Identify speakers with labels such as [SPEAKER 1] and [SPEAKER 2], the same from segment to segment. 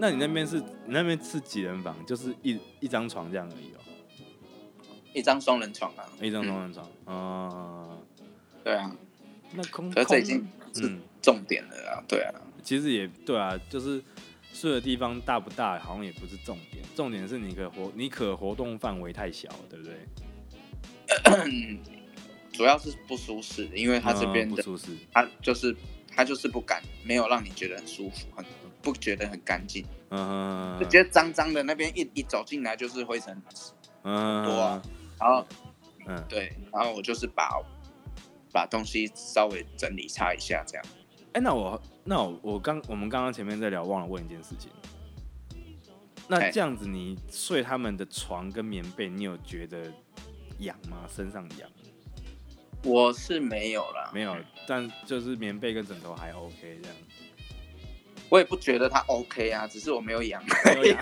[SPEAKER 1] 那你那边是你那边是几人房？就是一一张床这样而已哦，
[SPEAKER 2] 一张双人床啊，
[SPEAKER 1] 一张双人床啊、
[SPEAKER 2] 对啊，
[SPEAKER 1] 那空
[SPEAKER 2] 可是这已
[SPEAKER 1] 空
[SPEAKER 2] 经是
[SPEAKER 1] 嗯，
[SPEAKER 2] 重点了啊，对啊，
[SPEAKER 1] 其实也对啊，就是睡的地方大不大，好像也不是重点，重点是你可活你可活动范围太小，对不对？
[SPEAKER 2] 主要是不舒适，因为他这边
[SPEAKER 1] 嗯不
[SPEAKER 2] 的
[SPEAKER 1] 舒适，
[SPEAKER 2] 他就是他就是不敢，没有让你觉得很舒服，很不觉得很干净，
[SPEAKER 1] 嗯，
[SPEAKER 2] 就觉得脏脏的，那边一一走进来就是灰尘，
[SPEAKER 1] 嗯
[SPEAKER 2] 多啊，然后
[SPEAKER 1] 嗯，
[SPEAKER 2] 对，然后我就是把把东西稍微整理擦一下，这样。
[SPEAKER 1] 哎、那我那我我刚我们刚刚前面在聊，忘了问一件事情。那
[SPEAKER 2] 哎
[SPEAKER 1] 这样子，你睡他们的床跟棉被，你有觉得痒吗？身上痒
[SPEAKER 2] 我是没有啦，
[SPEAKER 1] 没有？但就是棉被跟枕头还 OK 这样。
[SPEAKER 2] 我也不觉得它 OK 啊，只是我没有养。
[SPEAKER 1] 没有痒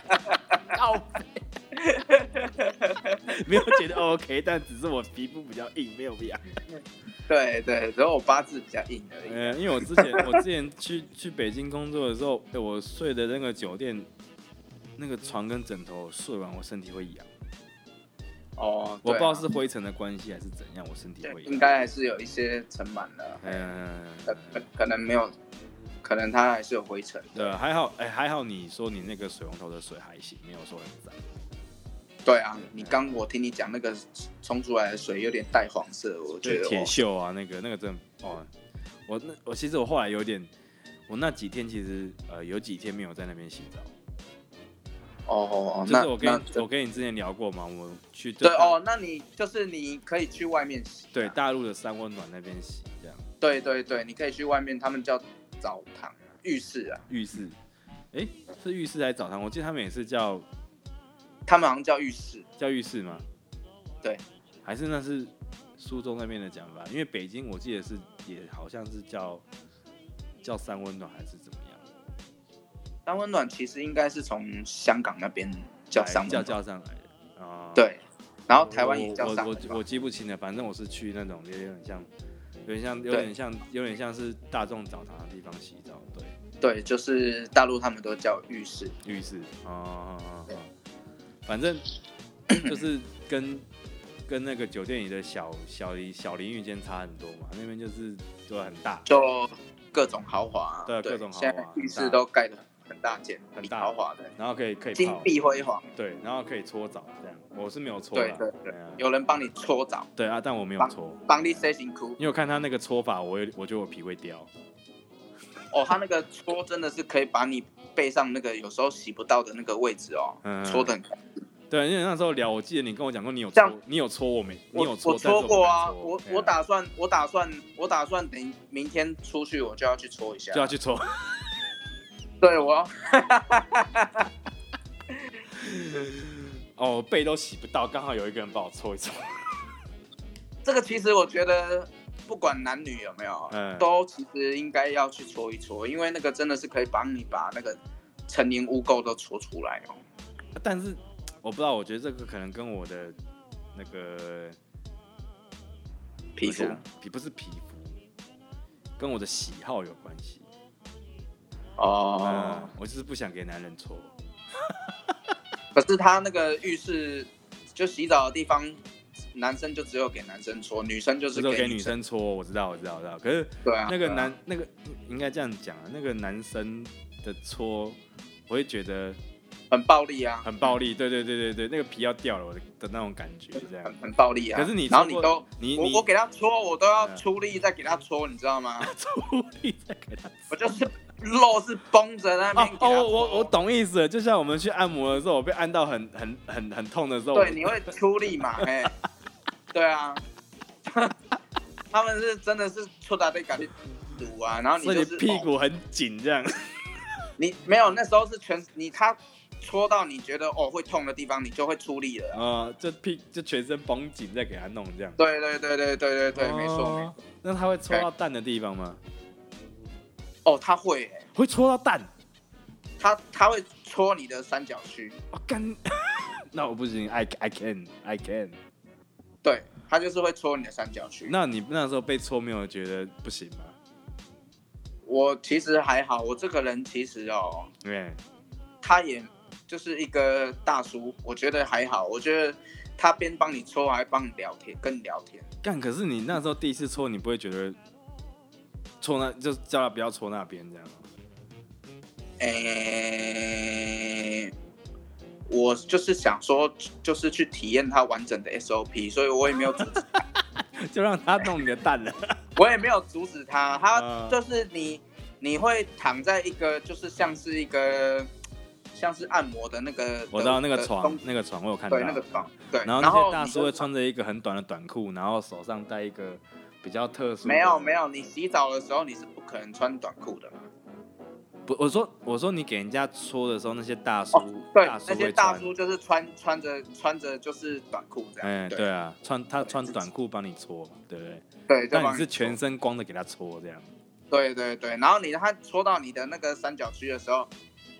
[SPEAKER 1] 没有觉得 OK，但 只是我皮肤比较硬，没有痒。
[SPEAKER 2] 对对，只有我八字比较硬而已。
[SPEAKER 1] 呃，因为我之前我之前去去北京工作的时候，哎我睡的那个酒店那个床跟枕头睡完，我身体会痒。
[SPEAKER 2] 哦，
[SPEAKER 1] 我不
[SPEAKER 2] 对
[SPEAKER 1] 知
[SPEAKER 2] 啊
[SPEAKER 1] 道是灰尘的关系还是怎样，我身体会
[SPEAKER 2] 应
[SPEAKER 1] 痒。
[SPEAKER 2] 该还是有一些尘螨啊的，
[SPEAKER 1] 嗯，
[SPEAKER 2] 可可可能没有，可能它还是有灰尘。
[SPEAKER 1] 对，还好，哎、还好你说你那个水龙头的水还行，没有说很脏。
[SPEAKER 2] 对啊，你刚我听你讲那个冲出来的水有点带黄色，我觉
[SPEAKER 1] 就
[SPEAKER 2] 得
[SPEAKER 1] 铁
[SPEAKER 2] 哦
[SPEAKER 1] 锈啊，那个那个真的哦，我那我其实我后来有点，我那几天其实呃有几天没有在那边洗澡，
[SPEAKER 2] 哦哦，哦
[SPEAKER 1] 就
[SPEAKER 2] 那
[SPEAKER 1] 是我跟
[SPEAKER 2] 那
[SPEAKER 1] 你我跟你之前聊过嘛，我去
[SPEAKER 2] 对
[SPEAKER 1] 大
[SPEAKER 2] 哦，那你就是你可以去外面洗啊、
[SPEAKER 1] 对大陆的三温暖那边洗这样
[SPEAKER 2] 对对对，你可以去外面，他们叫澡堂、浴室啊，
[SPEAKER 1] 浴室，哎、是浴室还是澡堂？我记得他们也是叫
[SPEAKER 2] 他们好像叫浴室。
[SPEAKER 1] 叫浴室吗？
[SPEAKER 2] 对，
[SPEAKER 1] 还是那是苏州那边的讲法，因为北京我记得是也好像是叫叫三温暖还是怎么样，
[SPEAKER 2] 三温暖其实应该是从香港那边叫三温
[SPEAKER 1] 叫
[SPEAKER 2] 暖，
[SPEAKER 1] 叫上来的啊。
[SPEAKER 2] 对，然后台湾也
[SPEAKER 1] 我
[SPEAKER 2] 叫三
[SPEAKER 1] 我
[SPEAKER 2] 温
[SPEAKER 1] 我
[SPEAKER 2] 暖
[SPEAKER 1] 我，记不清了，反正我是去那种有点像，有点像，有点像，有点像是大众澡堂的地方洗澡，对，
[SPEAKER 2] 对，就是大陆他们都叫浴室。
[SPEAKER 1] 浴室哦，哦哦哦反 正就是跟跟那个酒店里的小小淋小淋浴间差很多嘛，那边就是就很大，
[SPEAKER 2] 就各种豪华、啊，
[SPEAKER 1] 对
[SPEAKER 2] 对，
[SPEAKER 1] 各种豪华
[SPEAKER 2] 现在浴室都盖的很大间，
[SPEAKER 1] 很
[SPEAKER 2] 很
[SPEAKER 1] 大
[SPEAKER 2] 豪华的，
[SPEAKER 1] 然后可以可以
[SPEAKER 2] 金
[SPEAKER 1] 泡，
[SPEAKER 2] 碧辉煌。
[SPEAKER 1] 对，然后可以搓澡这样，我是没有搓
[SPEAKER 2] 对
[SPEAKER 1] 啦，
[SPEAKER 2] 对对
[SPEAKER 1] 啊，
[SPEAKER 2] 有人帮你搓澡，
[SPEAKER 1] 对啊，但我没有搓，
[SPEAKER 2] 帮你塞辛苦。
[SPEAKER 1] 因为我看他那个搓法，我有我觉得我皮会掉，
[SPEAKER 2] 哦，他那个搓真的是可以把你背上那个有时候洗不到的那个位置哦，
[SPEAKER 1] 嗯
[SPEAKER 2] 搓的很。
[SPEAKER 1] 对，因为那时候聊，我记得你跟我讲过，你有
[SPEAKER 2] 这
[SPEAKER 1] 搓
[SPEAKER 2] 样，
[SPEAKER 1] 你有搓我没？你
[SPEAKER 2] 我
[SPEAKER 1] 有搓，
[SPEAKER 2] 我
[SPEAKER 1] 但是
[SPEAKER 2] 搓过啊，
[SPEAKER 1] 没搓
[SPEAKER 2] 我
[SPEAKER 1] 哎呀
[SPEAKER 2] 我打算我打算我打算等明天出去我就要去搓一下
[SPEAKER 1] 就，要去搓，
[SPEAKER 2] 对我要
[SPEAKER 1] 哦，我背都洗不到，刚好有一个人帮我搓一搓，
[SPEAKER 2] 这个其实我觉得不管男女有没有，
[SPEAKER 1] 嗯
[SPEAKER 2] 都其实应该要去搓一搓，因为那个真的是可以帮你把那个成年污垢都搓出来哦。
[SPEAKER 1] 但是我不知道，我觉得这个可能跟我的那个
[SPEAKER 2] 皮
[SPEAKER 1] 怎
[SPEAKER 2] 肤
[SPEAKER 1] 么讲皮不是皮肤，跟我的喜好有关系。
[SPEAKER 2] 哦
[SPEAKER 1] 嗯，，我就是不想给男人搓，
[SPEAKER 2] 可是他那个浴室就洗澡的地方，男生就只有给男生搓，女生就
[SPEAKER 1] 只
[SPEAKER 2] 是
[SPEAKER 1] 有给
[SPEAKER 2] 女
[SPEAKER 1] 女生搓，我知道，我知道，我知道。可是
[SPEAKER 2] 对啊，
[SPEAKER 1] 那个
[SPEAKER 2] 对啊
[SPEAKER 1] 男，那个应该这样讲啊，那个男生的搓，我会觉得
[SPEAKER 2] 很暴力啊，
[SPEAKER 1] 很暴力，对对对对对，那个皮要掉了我的的那种感觉，这样
[SPEAKER 2] 很。很暴力啊。
[SPEAKER 1] 可是你
[SPEAKER 2] 然后
[SPEAKER 1] 搓
[SPEAKER 2] 你
[SPEAKER 1] 过
[SPEAKER 2] 都
[SPEAKER 1] 你
[SPEAKER 2] 我
[SPEAKER 1] 你
[SPEAKER 2] 我给他搓，我都要
[SPEAKER 1] 嗯
[SPEAKER 2] 出力再给 他搓，你知道吗？
[SPEAKER 1] 出力再给他
[SPEAKER 2] 我就是肉是绷着在
[SPEAKER 1] 哦
[SPEAKER 2] 那边给他
[SPEAKER 1] 哦，
[SPEAKER 2] 搓、
[SPEAKER 1] 我我我懂意思了，就像我们去按摩的时候，我被按到很很很很痛的时候，
[SPEAKER 2] 对，你会出力嘛？哎，对啊， 他们是真的是出来被感觉堵啊，然后你
[SPEAKER 1] 所以
[SPEAKER 2] 就
[SPEAKER 1] 你
[SPEAKER 2] 是
[SPEAKER 1] 屁
[SPEAKER 2] 哦
[SPEAKER 1] 股很紧这样。
[SPEAKER 2] 你没有那时候是全你他戳到你觉得哦会痛的地方，你就会出力了啊。
[SPEAKER 1] 啊，就屁就全身绷紧，再给他弄这样。
[SPEAKER 2] 对对对对对对对，没错。
[SPEAKER 1] 哦。那他会戳到蛋的地方吗？
[SPEAKER 2] 哦，他会欸，
[SPEAKER 1] 会戳到蛋。
[SPEAKER 2] 他他会戳你的三角区。
[SPEAKER 1] 哦 我干，那我不行，I I can I can。
[SPEAKER 2] 对，他就是会戳你的三角区。
[SPEAKER 1] 那你那时候被戳没有觉得不行吗？
[SPEAKER 2] 我其实还好，我这个人其实哦，
[SPEAKER 1] 对，
[SPEAKER 2] 他也就是一个大叔，我觉得还好。我觉得他边帮你搓，还帮你聊天，跟你聊天。
[SPEAKER 1] 干，可是你那时候第一次戳，你不会觉得戳那就叫他不要戳那边这样吗？
[SPEAKER 2] 诶、我就是想说，就是去体验他完整的 SOP，所以我也没有阻止，
[SPEAKER 1] 就让他弄你的蛋了。
[SPEAKER 2] 我也没有阻止他。他
[SPEAKER 1] 嗯
[SPEAKER 2] 就是你，你会躺在一个就是像是一个像是按摩的那个，
[SPEAKER 1] 我知道那个
[SPEAKER 2] 的
[SPEAKER 1] 床
[SPEAKER 2] 东，
[SPEAKER 1] 那个床我有看到
[SPEAKER 2] 呃对，那个床，对。
[SPEAKER 1] 然后
[SPEAKER 2] 然
[SPEAKER 1] 那
[SPEAKER 2] 后
[SPEAKER 1] 些大
[SPEAKER 2] 你
[SPEAKER 1] 叔
[SPEAKER 2] 就
[SPEAKER 1] 会穿着一个很短的短裤，然后手上戴一个比较特殊。
[SPEAKER 2] 没有没，有，你洗澡的时候你是不可能穿短裤的嘛。
[SPEAKER 1] 不，我说我说你给人家搓的时候，那些大叔、
[SPEAKER 2] 哦对
[SPEAKER 1] 大，叔
[SPEAKER 2] 那些
[SPEAKER 1] 会
[SPEAKER 2] 大
[SPEAKER 1] 穿。
[SPEAKER 2] 叔就是穿穿着穿着就是短裤这样，
[SPEAKER 1] 哎，
[SPEAKER 2] 对
[SPEAKER 1] 对啊，穿他穿短裤帮你搓嘛，对不对？
[SPEAKER 2] 对，就
[SPEAKER 1] 但
[SPEAKER 2] 帮
[SPEAKER 1] 你
[SPEAKER 2] 你
[SPEAKER 1] 是全
[SPEAKER 2] 搓
[SPEAKER 1] 身光的给他搓这样，
[SPEAKER 2] 对对对，然后你他戳到你的那个三角区的时候，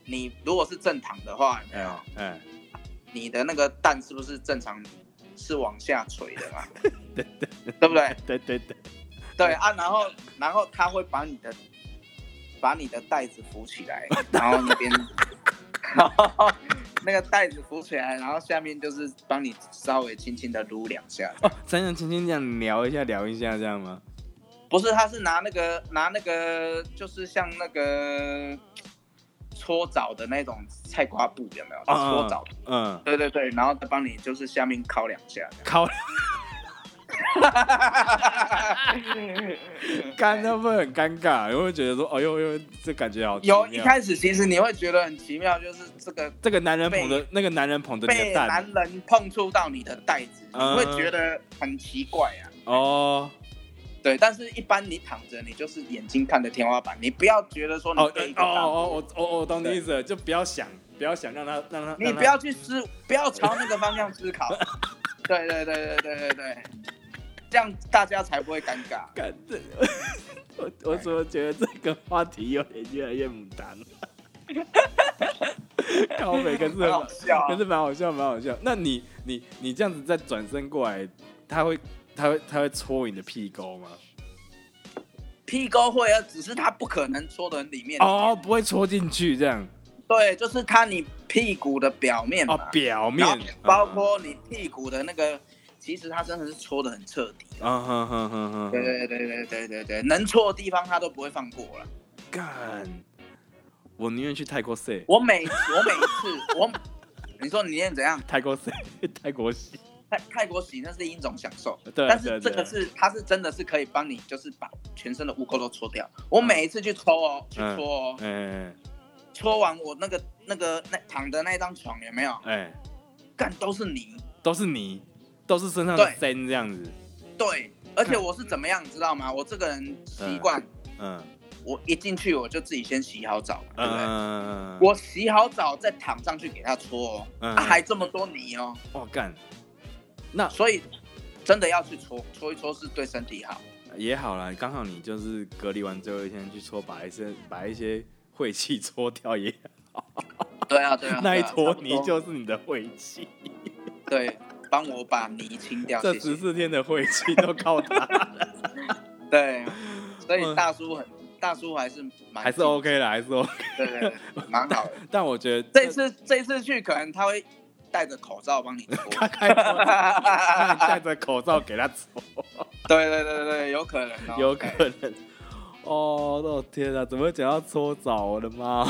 [SPEAKER 2] 你如果是正躺的话，有没有
[SPEAKER 1] 哎哎，
[SPEAKER 2] 你的那个蛋是不是正常是往下垂 的嘛？对对，不对？
[SPEAKER 1] 对对对，
[SPEAKER 2] 对啊，然后然后他会把你的把你的袋子扶起来，
[SPEAKER 1] 啊
[SPEAKER 2] 然后那边，然后那个袋子扶起来，然后下面就是帮你稍微轻轻的撸两下。
[SPEAKER 1] 哦，三三轻轻这样聊一下聊一下这样吗？
[SPEAKER 2] 不是，他是拿那个拿那个，就是像那个搓澡的那种菜瓜布，有没有？
[SPEAKER 1] 嗯
[SPEAKER 2] 搓澡，
[SPEAKER 1] 嗯，
[SPEAKER 2] 对对对，然后再帮你就是下面敲两下。
[SPEAKER 1] 靠，干那会很尴尬，我会觉得说，哎呦哎呦，这感觉好奇
[SPEAKER 2] 有一
[SPEAKER 1] 妙
[SPEAKER 2] 开始其实你会觉得很奇妙，就是这个
[SPEAKER 1] 这个男人捧着那个男人捧着你
[SPEAKER 2] 被
[SPEAKER 1] 的蛋
[SPEAKER 2] 男人碰触到你的袋子，你
[SPEAKER 1] 嗯
[SPEAKER 2] 会觉得很奇怪啊。
[SPEAKER 1] 哦
[SPEAKER 2] 对，但是一般你躺着，你就是眼睛看着天花板，你不要觉得说
[SPEAKER 1] 哦
[SPEAKER 2] 你
[SPEAKER 1] 哦
[SPEAKER 2] 被一个
[SPEAKER 1] 哦
[SPEAKER 2] 大
[SPEAKER 1] 哦，我我我懂你意思了，就不要想不要想让他让他，
[SPEAKER 2] 你
[SPEAKER 1] 让他
[SPEAKER 2] 不要去思，不要朝那个方向思考。 对对对对对对对，这样大家才不会尴尬。
[SPEAKER 1] 干这，我我怎么觉得这个话题有点越来越牡丹了？ 靠北，可是
[SPEAKER 2] 很好笑啊
[SPEAKER 1] 可是蛮好笑，蛮好笑。那你你你这样子再转身过来，他会他会他会戳你的屁沟吗？
[SPEAKER 2] 屁沟会啊，只是它不可能戳的里面。
[SPEAKER 1] 哦，不会戳进去这样
[SPEAKER 2] 对，就是它你屁股的表面嘛，
[SPEAKER 1] 哦， 表面嗯
[SPEAKER 2] 然后包括你屁股的那个，其实它真的是戳的很彻底。
[SPEAKER 1] 啊哼哼哼哼，
[SPEAKER 2] 对对对对对对对，能戳的地方它都不会放过了。
[SPEAKER 1] 干，我宁愿去泰国 C，
[SPEAKER 2] 我每我每一次我， 你说你念怎样？
[SPEAKER 1] 泰国 C，泰 国洗，
[SPEAKER 2] 泰泰国洗那是另一种享受，
[SPEAKER 1] 对
[SPEAKER 2] 但
[SPEAKER 1] 对
[SPEAKER 2] 是这
[SPEAKER 1] 对
[SPEAKER 2] 个是它是真的是可以帮你，就是把全身的污垢都搓掉。我每一次去抽哦，去
[SPEAKER 1] 嗯
[SPEAKER 2] 搓哦，
[SPEAKER 1] 哎
[SPEAKER 2] 搓完我那个那个那躺的那张床有没有？
[SPEAKER 1] 哎，
[SPEAKER 2] 干都是泥，
[SPEAKER 1] 都是泥，都是身上的
[SPEAKER 2] 对
[SPEAKER 1] 针这样子，
[SPEAKER 2] 对，而且我是怎么样，你知道吗？我这个人习惯，
[SPEAKER 1] 嗯。
[SPEAKER 2] 我一进去我就自己先洗好澡，对不对？
[SPEAKER 1] 嗯，
[SPEAKER 2] 我洗好澡再躺上去给他搓哦，
[SPEAKER 1] 嗯
[SPEAKER 2] 啊还这么多泥哦，
[SPEAKER 1] 我干，那
[SPEAKER 2] 所以真的要去搓搓一搓是对身体好。
[SPEAKER 1] 也好啦，刚好你就是隔离完最后一天去搓，把一些把一些晦气搓掉 也，
[SPEAKER 2] 对啊，对啊，
[SPEAKER 1] 那一
[SPEAKER 2] 对啊
[SPEAKER 1] 坨
[SPEAKER 2] 差不
[SPEAKER 1] 泥
[SPEAKER 2] 多
[SPEAKER 1] 就是你的晦气，
[SPEAKER 2] 对，帮我把泥清掉，
[SPEAKER 1] 这
[SPEAKER 2] 谢
[SPEAKER 1] 十
[SPEAKER 2] 谢。
[SPEAKER 1] 四天的晦气都靠它，
[SPEAKER 2] 对，所
[SPEAKER 1] 嗯
[SPEAKER 2] 以大叔很大叔还是蛮
[SPEAKER 1] 还是 OK 啦，还是 OK。
[SPEAKER 2] 对对对，蛮好的。
[SPEAKER 1] 但我觉得
[SPEAKER 2] 这次这次去可能他会戴着口罩帮你搓，
[SPEAKER 1] 他开头他戴着口罩给他搓，
[SPEAKER 2] 对对对对，有可能、哦，
[SPEAKER 1] 有可能。 哦，我的天啊，怎么会讲到搓澡？我的妈！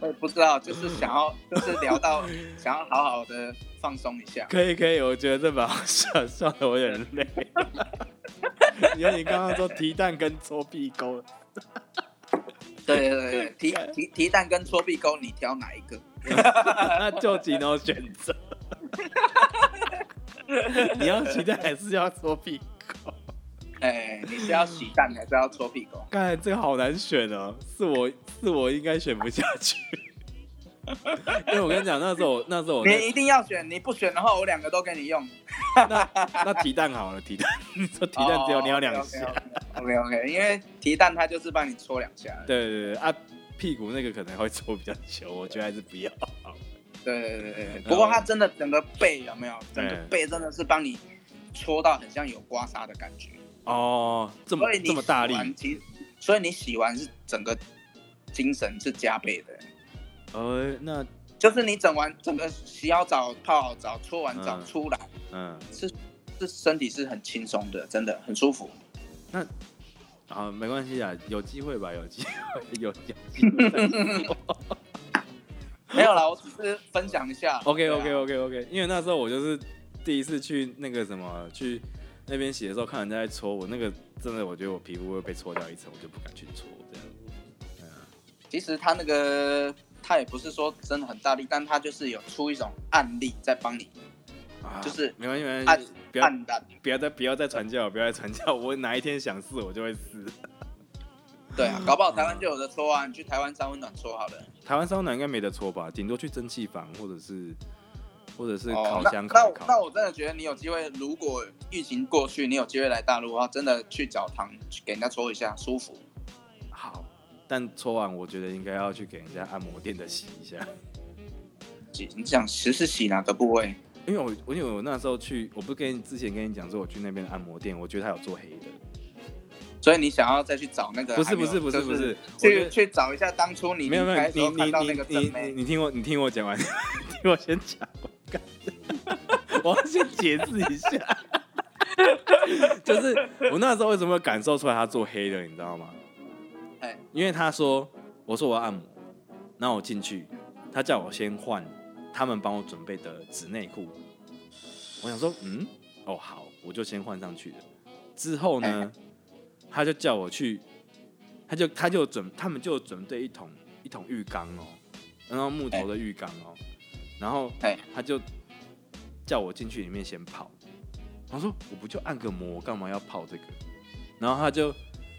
[SPEAKER 2] 能不知道，就是想要就是聊到想要好好的放松一下。
[SPEAKER 1] 可以可以，我觉得这蛮好笑，笑的我有点累。 因为你刚刚说提蛋跟搓屁股，
[SPEAKER 2] 对对对对，提提提蛋跟搓壁沟，你挑哪一个？
[SPEAKER 1] 那就只能选择。 你要提蛋还是要搓屁股？
[SPEAKER 2] 哎，你是要洗蛋还是要搓壁沟？
[SPEAKER 1] 看这个好难选哦，是我是我应该选不下 去。因为我跟你讲，那时候我那时候我在
[SPEAKER 2] 你一定要选，你不选的话，我两个都给你用。
[SPEAKER 1] 那提蛋好了，提蛋， 你说提蛋只有你要两下，。
[SPEAKER 2] 哦 OK OK，因为提蛋它就是帮你搓两下。
[SPEAKER 1] 对对对啊，屁股那个可能会搓比较久，我觉得还是不 要。
[SPEAKER 2] 对对对对对。不过它真的整个背有没有？整个背真的是帮你搓到很像有刮痧的感觉，
[SPEAKER 1] 哦，这么
[SPEAKER 2] 所以你
[SPEAKER 1] 这么大
[SPEAKER 2] 洗
[SPEAKER 1] 力，
[SPEAKER 2] 完其实所以你洗完是整个精神是加倍的，
[SPEAKER 1] 呃，那
[SPEAKER 2] 就是你整完整个洗好澡、泡好澡、搓完澡
[SPEAKER 1] 嗯
[SPEAKER 2] 出来，
[SPEAKER 1] 嗯，
[SPEAKER 2] 是是身体是很轻松的，真的很舒服。
[SPEAKER 1] 好，没关系啊，有机会吧，有机会，有有机 会。
[SPEAKER 2] 没有 啦，我只是分享一下。
[SPEAKER 1] OK
[SPEAKER 2] 对啊
[SPEAKER 1] OK OK OK，因为那时候我就是第一次去那个什么去那边洗的时候，看人家在搓我，那个真的我觉得我皮肤会被搓掉一层，我就不敢去搓这样。
[SPEAKER 2] 其实他那个他也不是说真的很大力，但他就是有出一种案例在帮你
[SPEAKER 1] 啊
[SPEAKER 2] 就是
[SPEAKER 1] 没关系，没关
[SPEAKER 2] 按
[SPEAKER 1] 系，不要
[SPEAKER 2] 按的。
[SPEAKER 1] 不要再不要再传教，不要再传教，我哪一天想试我就会试。
[SPEAKER 2] 对啊，搞不好台湾就有的搓啊，你去台湾三温暖搓好了。
[SPEAKER 1] 台湾桑拿应该没得搓吧，顶多去蒸汽房或者是或者是
[SPEAKER 2] 哦
[SPEAKER 1] 烤，
[SPEAKER 2] 那
[SPEAKER 1] 箱
[SPEAKER 2] 那
[SPEAKER 1] 烤一
[SPEAKER 2] 我
[SPEAKER 1] 烤。
[SPEAKER 2] 那我真的觉得你有机会，如果疫情过去，你有机会来大陆的话，真的去澡堂去给人家搓一下，舒服。
[SPEAKER 1] 好，但搓完我觉得应该要去给人家按摩店的洗一下，
[SPEAKER 2] 洗你想洗是洗哪个部位？
[SPEAKER 1] 因为我我因为我那时候去，我不是跟你之前跟你讲说我去那边的按摩店，我觉得他有做黑的，
[SPEAKER 2] 所以你想要再去找那个？
[SPEAKER 1] 不是
[SPEAKER 2] 还没有
[SPEAKER 1] 不是不是
[SPEAKER 2] 就
[SPEAKER 1] 不是，我觉
[SPEAKER 2] 去
[SPEAKER 1] 得
[SPEAKER 2] 去找一下当初你
[SPEAKER 1] 没有没
[SPEAKER 2] 离
[SPEAKER 1] 有
[SPEAKER 2] 开的时
[SPEAKER 1] 你
[SPEAKER 2] 候
[SPEAKER 1] 你
[SPEAKER 2] 看到那个
[SPEAKER 1] 你
[SPEAKER 2] 正
[SPEAKER 1] 你
[SPEAKER 2] 妹。
[SPEAKER 1] 你听我你听我讲完，听我先讲，我干 我要先解释一下， 就是我那时候为什么会感受出来他做黑的，你知道吗？
[SPEAKER 2] 哎
[SPEAKER 1] 因为他说，我说我要按摩，然后我进去，他叫我先换他们帮我准备的纸内裤。我想说，嗯，哦好，我就先换上去了。之后呢，他就叫我去，他就他就准他们就准备一桶一桶浴缸哦，然后木头的浴缸哦，然后
[SPEAKER 2] 哎
[SPEAKER 1] 他就叫我进去里面先泡。我说我不就按个摩，我干嘛要泡这个？然后他就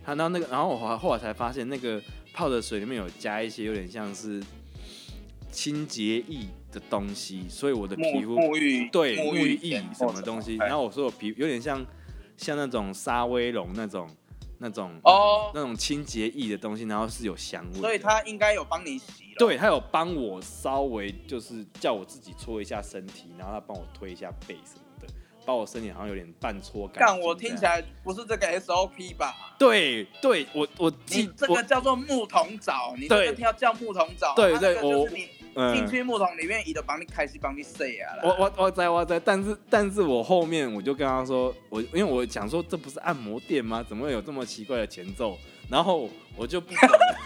[SPEAKER 1] 他然后那个，然后我后后来才发现，那个泡的水里面有加一些有点像是清洁液的东西，所以我的
[SPEAKER 2] 沐
[SPEAKER 1] 皮肤
[SPEAKER 2] 沐浴
[SPEAKER 1] 对沐
[SPEAKER 2] 沐
[SPEAKER 1] 浴
[SPEAKER 2] 盐
[SPEAKER 1] 液什
[SPEAKER 2] 或
[SPEAKER 1] 么
[SPEAKER 2] 者
[SPEAKER 1] 东西，
[SPEAKER 2] 哎
[SPEAKER 1] 然后我说我皮有点像像那种沙威龙那种那种
[SPEAKER 2] 哦，
[SPEAKER 1] 那种清洁液的东西，然后是有香味的，
[SPEAKER 2] 所以他应该有帮你洗了。
[SPEAKER 1] 对他有帮我稍微就是叫我自己搓一下身体，然后他帮我推一下背什么的，把我身体好像有点半搓干净这样。
[SPEAKER 2] 干我听起来不是这个 SOP 吧？
[SPEAKER 1] 对对，我我
[SPEAKER 2] 你
[SPEAKER 1] 记
[SPEAKER 2] 这
[SPEAKER 1] 我
[SPEAKER 2] 个叫做木桶澡，你
[SPEAKER 1] 对
[SPEAKER 2] 这个要叫木桶澡。
[SPEAKER 1] 对
[SPEAKER 2] 它
[SPEAKER 1] 对
[SPEAKER 2] 那个就
[SPEAKER 1] 我
[SPEAKER 2] 是你进
[SPEAKER 1] 嗯。
[SPEAKER 2] 去木桶里面，伊就帮你开始帮你洗啊啦。
[SPEAKER 1] 我我我在我在，但是但是我后面我就跟他说，我因为我想说这不是按摩店吗？怎么会有这么奇怪的前奏？然后我就不管了，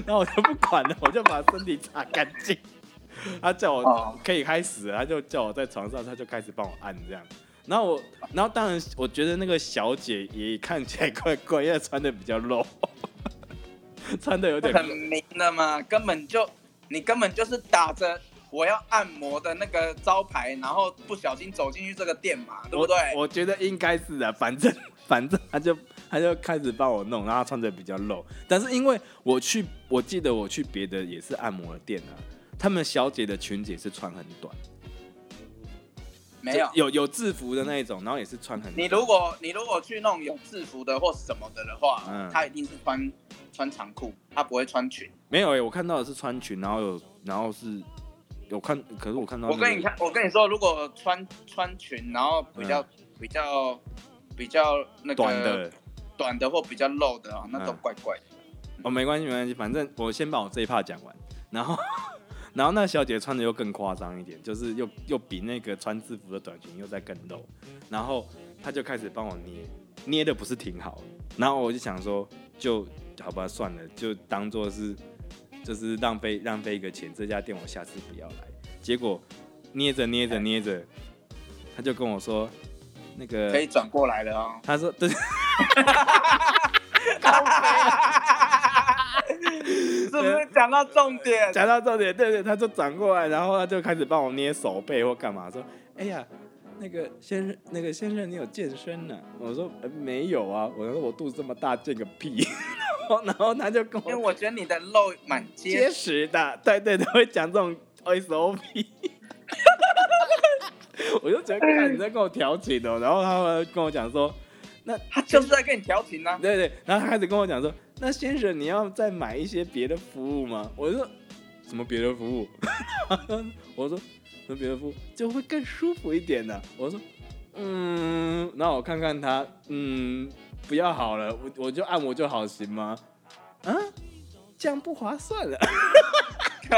[SPEAKER 1] 然后我就不管了，我就把身体擦干净。他叫我
[SPEAKER 2] 哦
[SPEAKER 1] 可以开始了，他就叫我在床上，他就开始帮我按这样。然后我，然后当然我觉得那个小姐也看起来怪怪，因为穿的比较露， 穿的有点
[SPEAKER 2] 很明的嘛，根本就你根本就是打着我要按摩的那个招牌，然后不小心走进去这个店嘛，对不对？
[SPEAKER 1] 我我觉得应该是啊，反正 反正他就他就开始帮我弄，然后他穿的比较露，但是因为我去，我记得我去别的也是按摩的店啊，他们小姐的裙子也是穿很短，
[SPEAKER 2] 没有
[SPEAKER 1] 就。有有制服的那一种，然后也是穿很
[SPEAKER 2] 你
[SPEAKER 1] 短。
[SPEAKER 2] 如果你如果去弄有制服的或什么的的话，
[SPEAKER 1] 嗯
[SPEAKER 2] 他一定是穿穿长裤，他不会穿裙。
[SPEAKER 1] 没有、欸，我看到的是穿裙，然后有然后是有看，可是我看到、那
[SPEAKER 2] 我
[SPEAKER 1] 个
[SPEAKER 2] 跟你看，我跟你说，如果穿穿裙，然后比较、比较比较那个
[SPEAKER 1] 短的。
[SPEAKER 2] 短的或比较露的啊，那都
[SPEAKER 1] 嗯
[SPEAKER 2] 怪怪的。
[SPEAKER 1] 哦，没关系，没关系，反正我先把我这一趴讲完，然后， 然后那小姐穿的又更夸张一点，就是又又比那个穿制服的短裙又再更露，然后她就开始帮我捏，捏的不是挺好，然后我就想说，就好吧，算了，就当做是就是浪费浪费一个钱，这家店我下次不要来。结果捏着捏着捏着，她就跟我说，那
[SPEAKER 2] 可
[SPEAKER 1] 个
[SPEAKER 2] 以转过来 了哦。
[SPEAKER 1] 她说对。
[SPEAKER 2] 是不是讲到重 点？
[SPEAKER 1] 讲到重点，对对，他就转过来，然后他就开始帮我捏手背或干嘛，说：“哎呀，那个先生，那个先生，你有健身呢、我说、呃没有啊，我说我肚子这么大，健个屁。 然后然后他就跟
[SPEAKER 2] 因为
[SPEAKER 1] 我
[SPEAKER 2] 我觉得你的肉蛮结
[SPEAKER 1] 结
[SPEAKER 2] 实，
[SPEAKER 1] 实的，对对，他会讲这种哎 SOP。我就觉得看你在跟我调情哦，然后他会跟我讲说，那
[SPEAKER 2] 他就是在跟你调情啊。
[SPEAKER 1] 对对，然后他开始跟我讲说，那先生你要再买 一些别的服务吗？我就说什么别的服务？我说那别的布就会更舒服一点呢、我说，嗯，那我看看他，嗯，不要好了，我我就按摩就好，行吗？啊，这样不划算了。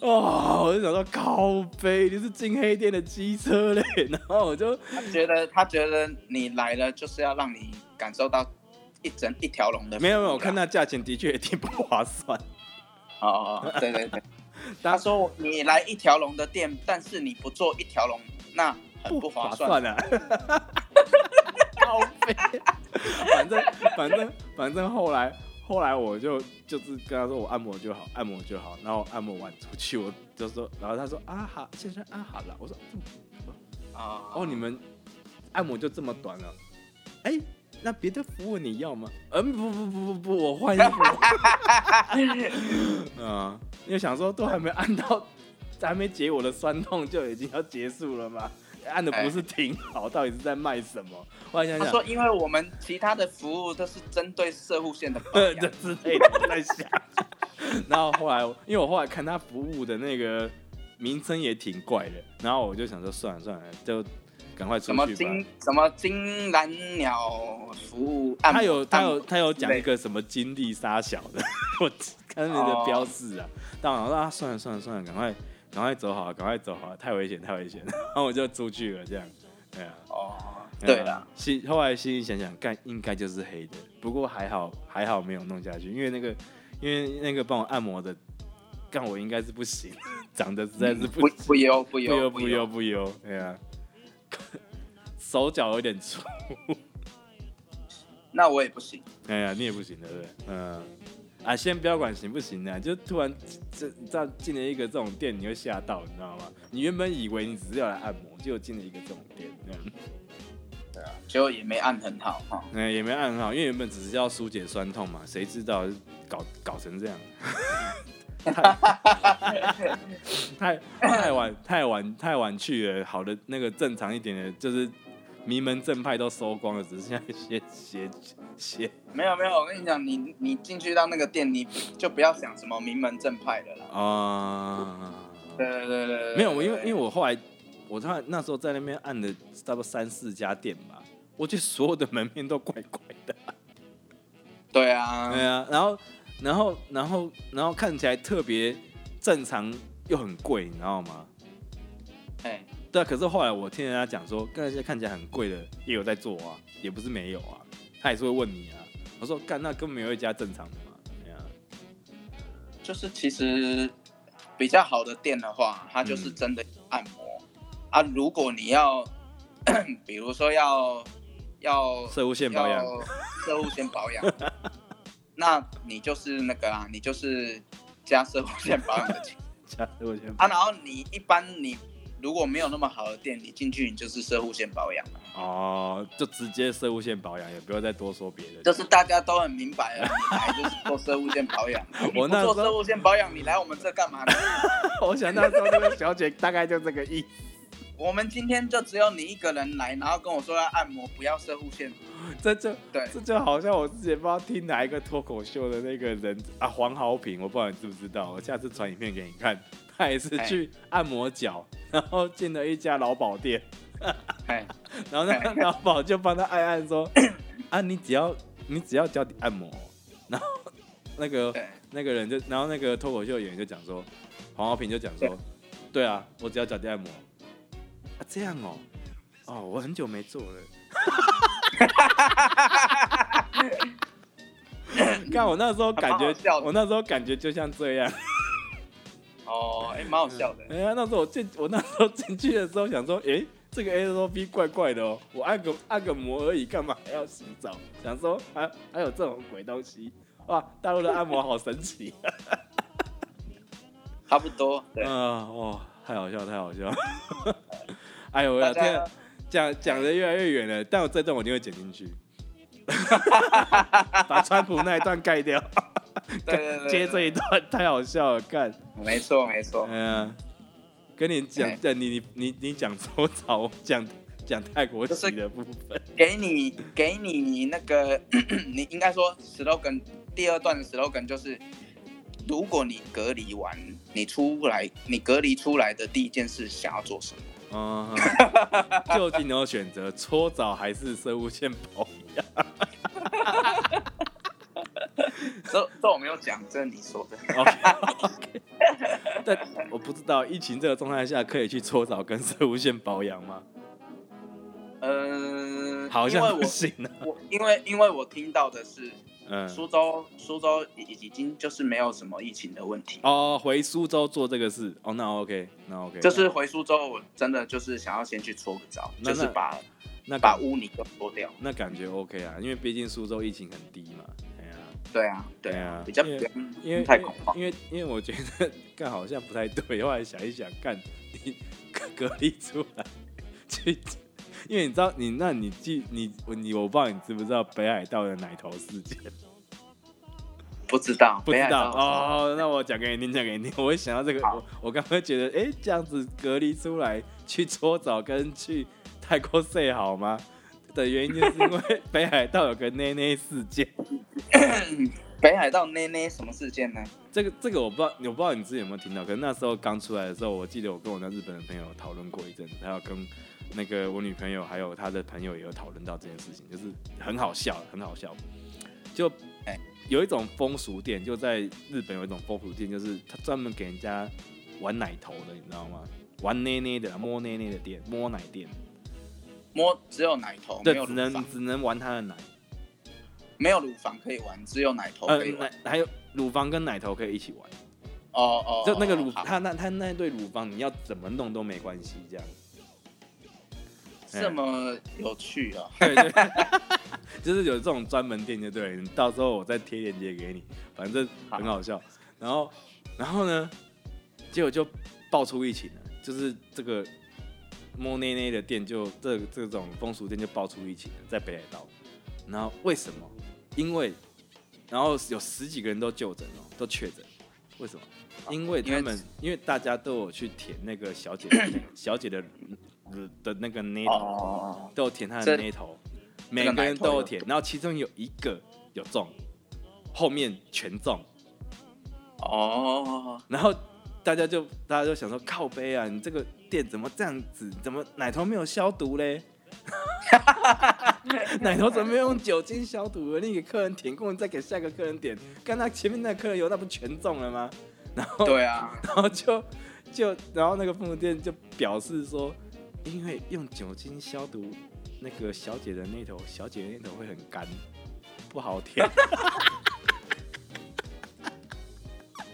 [SPEAKER 1] 哦，我就想到靠背，你是进黑店的机车嘞，然后我就
[SPEAKER 2] 他觉得他觉得你来了就是要让你感受到一整一条龙的 服务啦。
[SPEAKER 1] 没有没有，我看那价钱的确一定不划 算。
[SPEAKER 2] 哦哦，哦对对 对，
[SPEAKER 1] 大
[SPEAKER 2] 他说你来一条龙的店，但是你不做一条龙，那很不划算。
[SPEAKER 1] 啊！ 好费，反正反正反正后来后来我就就是跟他说我按摩就好，按摩就好。然后我按摩完出去，我就说，然后他说啊好，先生啊好了。我说嗯
[SPEAKER 2] 啊
[SPEAKER 1] 哦，你们按摩就这么短了？哎、那别的服务你要吗？嗯，不不不不不，我换衣服。 嗯，因为想说都还没按到，还没解我的酸痛就已经要结束了嘛，按的不是挺好，到底是在卖什么？我还想
[SPEAKER 2] 他
[SPEAKER 1] 想，
[SPEAKER 2] 说，因为我们其他的服务都是针对射户线的 保
[SPEAKER 1] 呃
[SPEAKER 2] 养
[SPEAKER 1] 这之类的，我在想。然后后来，因为我后来看他服务的那个名称也挺怪的，然后我就想说算了算了，就赶快出
[SPEAKER 2] 什么
[SPEAKER 1] 去吧。
[SPEAKER 2] 金什么金蓝鸟服务按摩，
[SPEAKER 1] 他有他
[SPEAKER 2] 按摩
[SPEAKER 1] 有他有讲一个什么金历沙小的， 我看那个标志啊，但我说啊算了算了算了，赶快赶快走啊好了，赶快走好了，太危险太危险， 然后我就出去了这样，对啊。
[SPEAKER 2] 哦，对了
[SPEAKER 1] 了，，心后来心里想想，干应该就是黑的，不过还好还好没有弄下去，因为那个因为那个帮我按摩的，干我应该是不行， 长得实在是不
[SPEAKER 2] 不不优不
[SPEAKER 1] 嗯不
[SPEAKER 2] 优
[SPEAKER 1] 优不优，不优，对啊， 手脚有点粗，
[SPEAKER 2] 那我也不行。
[SPEAKER 1] 哎呀，你也不行，对不对？嗯，啊，先不要管行不行的、就突然这这样进了一个这种店，你会吓到，你知道吗？你原本以为你只是要来按摩，结果进了一个这种店，嗯这样，
[SPEAKER 2] 结果也没按很好哈、
[SPEAKER 1] 嗯，也没按很好，因为原本只是要疏解酸痛嘛，谁知道搞搞成这样， 太太太晚太晚太晚去了，好的那个正常一点的，就是名门正派都收光了，只剩下一些邪邪
[SPEAKER 2] 没有没有，我跟你讲，你你进去到那个店，你就不要想什么名门正派的啦。
[SPEAKER 1] 啊。
[SPEAKER 2] 对对对对对，
[SPEAKER 1] 没有，我因为因为
[SPEAKER 2] 为
[SPEAKER 1] 我后来，我突然那时候在那边按了差不多三四家店吧，我觉得所有的门面都怪怪的。
[SPEAKER 2] 对啊，
[SPEAKER 1] 对啊，然后然后然后然后看起来特别正常又很贵，你知道吗？
[SPEAKER 2] 哎、
[SPEAKER 1] 对啊，可是后来我听人家讲说，那些看起来很贵的也有在做啊，也不是没有啊，他也是会问你啊。我说干，那根本没有一家正常的嘛。对啊
[SPEAKER 2] 就是其实比较好的店的话，它
[SPEAKER 1] 嗯
[SPEAKER 2] 就是真的按摩、啊。如果你要， 比如说要要
[SPEAKER 1] 社会线保养，
[SPEAKER 2] 要射物线保养， 那你就是那个啊，你就是加射物线保养的钱
[SPEAKER 1] 加社会线
[SPEAKER 2] 啊。然后你一般你如果没有那么好的店，你进去你就是射物线保养了，
[SPEAKER 1] 哦，就直接社会线保养，也不要再多说别的。。
[SPEAKER 2] 就是大家都很明白了，你来就是做射物线保养
[SPEAKER 1] 我那
[SPEAKER 2] 你
[SPEAKER 1] 时候
[SPEAKER 2] 不做射物线保养，你来我们这干嘛呢？
[SPEAKER 1] 我想那时候那个小姐大概就这个意思。
[SPEAKER 2] 我们今天就只有你一个人来，然后跟我说要按摩，不要射护线。
[SPEAKER 1] 这就
[SPEAKER 2] 对
[SPEAKER 1] 这就好像我之前不知道听哪一个脱口秀的那个人啊，黄豪平，我不知道你知不知道，我下次传影片给你看。他也是
[SPEAKER 2] 哎
[SPEAKER 1] 去按摩脚，然后进了一家劳保店，
[SPEAKER 2] 哎，
[SPEAKER 1] 然后那个劳保就帮他按按说， 啊，你只要你只要脚底按摩，然后那个
[SPEAKER 2] 对，
[SPEAKER 1] 那个人就，然后那个脱口秀演员就讲说，黄浩平就讲说，对啊，我只要脚底按摩，啊这样哦，哦我很久没做了， 看我那时候感觉
[SPEAKER 2] 还蛮好笑，的
[SPEAKER 1] 我那时候感觉就像这样，
[SPEAKER 2] 哦，哎、蛮好笑的。
[SPEAKER 1] 哎呀那时候我进我那时候进去的时候想说，诶，这个 SOP 怪怪的哦，我按个按个摩而已，干嘛还要洗澡？想说还还有这种鬼东西，哇，大陆的按摩好神奇。
[SPEAKER 2] 差不多。对，
[SPEAKER 1] 啊、哦，太好笑，太好笑！ 哎呦，我
[SPEAKER 2] 大
[SPEAKER 1] 的天
[SPEAKER 2] 家
[SPEAKER 1] 啊，讲讲的越来越远了，但我这段我一定会剪进去， 把川普那一段盖掉，
[SPEAKER 2] 对对对，
[SPEAKER 1] 接这一段太好笑了，干，
[SPEAKER 2] 没错没错。
[SPEAKER 1] 哎呀，跟你讲
[SPEAKER 2] 哎，
[SPEAKER 1] 呃你你你你讲周朝，我 讲讲泰国
[SPEAKER 2] 就是
[SPEAKER 1] 籍的部 分，
[SPEAKER 2] 给你给 你那个，你应该说 slogan 第二段的 slogan 就是如果你隔离完，你出来，你隔离出来的第一件事想要做 什么？
[SPEAKER 1] 嗯，究竟你有选择搓澡还是生物线保养？
[SPEAKER 2] 这这我没有讲，这是你说的。
[SPEAKER 1] OK，, o k 但我不知道疫情这个状态下可以去搓澡跟射无线保养吗？
[SPEAKER 2] 嗯，
[SPEAKER 1] 好
[SPEAKER 2] 因为
[SPEAKER 1] 像不
[SPEAKER 2] 我
[SPEAKER 1] 行啊。
[SPEAKER 2] 我因为因为我听到的是
[SPEAKER 1] 嗯，
[SPEAKER 2] 苏州苏州已已经就是没有什么疫情的问题，
[SPEAKER 1] 哦，回苏州做这个事，哦，那 OK，那 OK，
[SPEAKER 2] 就是回苏州我真的就是想要先去搓个澡，
[SPEAKER 1] 那
[SPEAKER 2] 就是
[SPEAKER 1] 那
[SPEAKER 2] 把
[SPEAKER 1] 那
[SPEAKER 2] 把
[SPEAKER 1] 感
[SPEAKER 2] 污泥都搓掉。
[SPEAKER 1] 那感觉 OK 啊，因为毕竟苏州疫情很低嘛。哎呀，
[SPEAKER 2] 对啊，对
[SPEAKER 1] 对
[SPEAKER 2] 啊
[SPEAKER 1] 啊，
[SPEAKER 2] 比较不
[SPEAKER 1] 因为
[SPEAKER 2] 用
[SPEAKER 1] 因为
[SPEAKER 2] 太恐慌。
[SPEAKER 1] 因为因为我觉得 干好像不太对，后来想一想，干你 隔隔离出来去，因为你知道你那你记你你我不知道你知不知道北海道的奶头事件。
[SPEAKER 2] 不知道，
[SPEAKER 1] 不知
[SPEAKER 2] 北海
[SPEAKER 1] 道
[SPEAKER 2] 道
[SPEAKER 1] 哦，那我讲给你听，讲给你 听。我一想到这个，
[SPEAKER 2] 好
[SPEAKER 1] 我我刚刚觉得，哎、这样子隔离出来去搓澡跟去泰国睡好吗？的原因就是因为北海道有个内内事件。
[SPEAKER 2] 北海道内内什么事件呢？
[SPEAKER 1] 这个这个我不知道，我不知道你之前有没有听到，可是那时候刚出来的时候，我记得我跟我那日本的朋友讨论过一阵子，还有跟那个我女朋友还有她的朋友也有讨论到这件事情，就是很好笑，很好笑。就
[SPEAKER 2] 哎
[SPEAKER 1] 有一种风俗店，就在日本有一种风俗店，就是他专门给人家玩奶头的，你知道吗？玩捏捏的、摸捏捏的店，摸奶店，
[SPEAKER 2] 摸只有奶头，哦没
[SPEAKER 1] 对，
[SPEAKER 2] 有
[SPEAKER 1] 只
[SPEAKER 2] 乳房
[SPEAKER 1] 能，只能玩他的奶，
[SPEAKER 2] 没有乳房可以玩，只有奶头
[SPEAKER 1] 呃，
[SPEAKER 2] 哦可以玩
[SPEAKER 1] 奶。还有乳房跟奶头可以一起玩。
[SPEAKER 2] 哦哦，
[SPEAKER 1] 就那个乳，
[SPEAKER 2] 好
[SPEAKER 1] 他那他那对乳房，你要怎么弄都没关系，这样。
[SPEAKER 2] 这么有趣 啊！
[SPEAKER 1] 对对，就是有这种专门店就对了，你到时候我再贴链接给你，反正很好笑。然后，然后呢，结果就爆出疫情了，就是这个摸内内的店就这这种风俗店就爆出疫情了，在北海道。然后为什么？因为然后有十几个人都就诊哦，都确诊，为什么？哦因为他们因为大家都有去舔那个小 姐的小姐的呃的那个内
[SPEAKER 2] 哦
[SPEAKER 1] 头，
[SPEAKER 2] 哦
[SPEAKER 1] 都有舔他的
[SPEAKER 2] 这
[SPEAKER 1] 那头，每个人都有舔，然后其中有一个有中，后面全中，
[SPEAKER 2] 哦哦，
[SPEAKER 1] 然后大家就大家就想说靠背啊，你这个店怎么这样子？怎么奶头没有消毒嘞？ 奶头怎么没有用酒精消毒了？你给客人舔过，你再给下一个客人点，刚才前面那个客人有，那不全中了吗？然后
[SPEAKER 2] 对啊，
[SPEAKER 1] 然后就就然后那个服务店就表示说，因为用酒精消毒那个小姐的那头，小姐的那头会很干，不好舔，